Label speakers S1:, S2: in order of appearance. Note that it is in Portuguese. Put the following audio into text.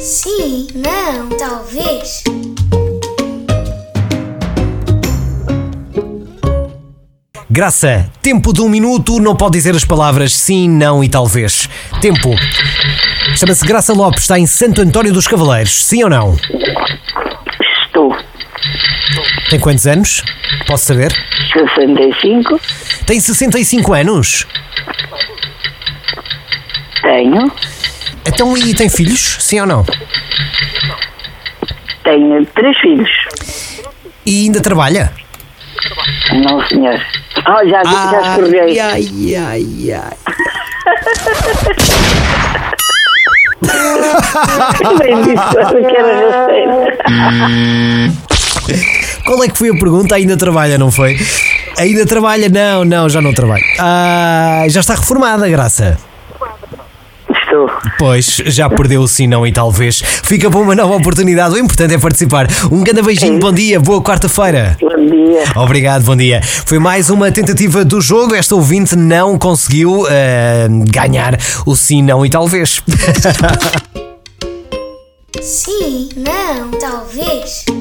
S1: Sim, não, talvez.
S2: Graça, tempo de um minuto, não pode dizer as palavras sim, não e talvez. Tempo. Chama-se Graça Lopes, está em Santo António dos Cavaleiros, sim ou não?
S3: Estou.
S2: Tem quantos anos? Posso saber?
S3: 65.
S2: Tem 65 anos?
S3: Tenho.
S2: Então e tem filhos? Sim ou não?
S3: Tenho três filhos.
S2: E ainda trabalha?
S3: Não, senhor. Ah, já, já escorreguei.
S4: ai, ai, ai.
S3: Bem disse quando que era receita.
S2: Qual é que foi a pergunta? Ainda trabalha, não foi? Ainda trabalha? Não, não, já não trabalha. Ah, já está reformada, Graça.
S3: Estou.
S2: Pois, já perdeu o sim, não e talvez. Fica para uma nova oportunidade. O importante é participar. Um grande beijinho, bom dia, boa quarta-feira.
S3: Bom dia.
S2: Obrigado, bom dia. Foi mais uma tentativa do jogo. Esta ouvinte não conseguiu eh, ganhar o sim, não e talvez.
S1: Sim, não, talvez.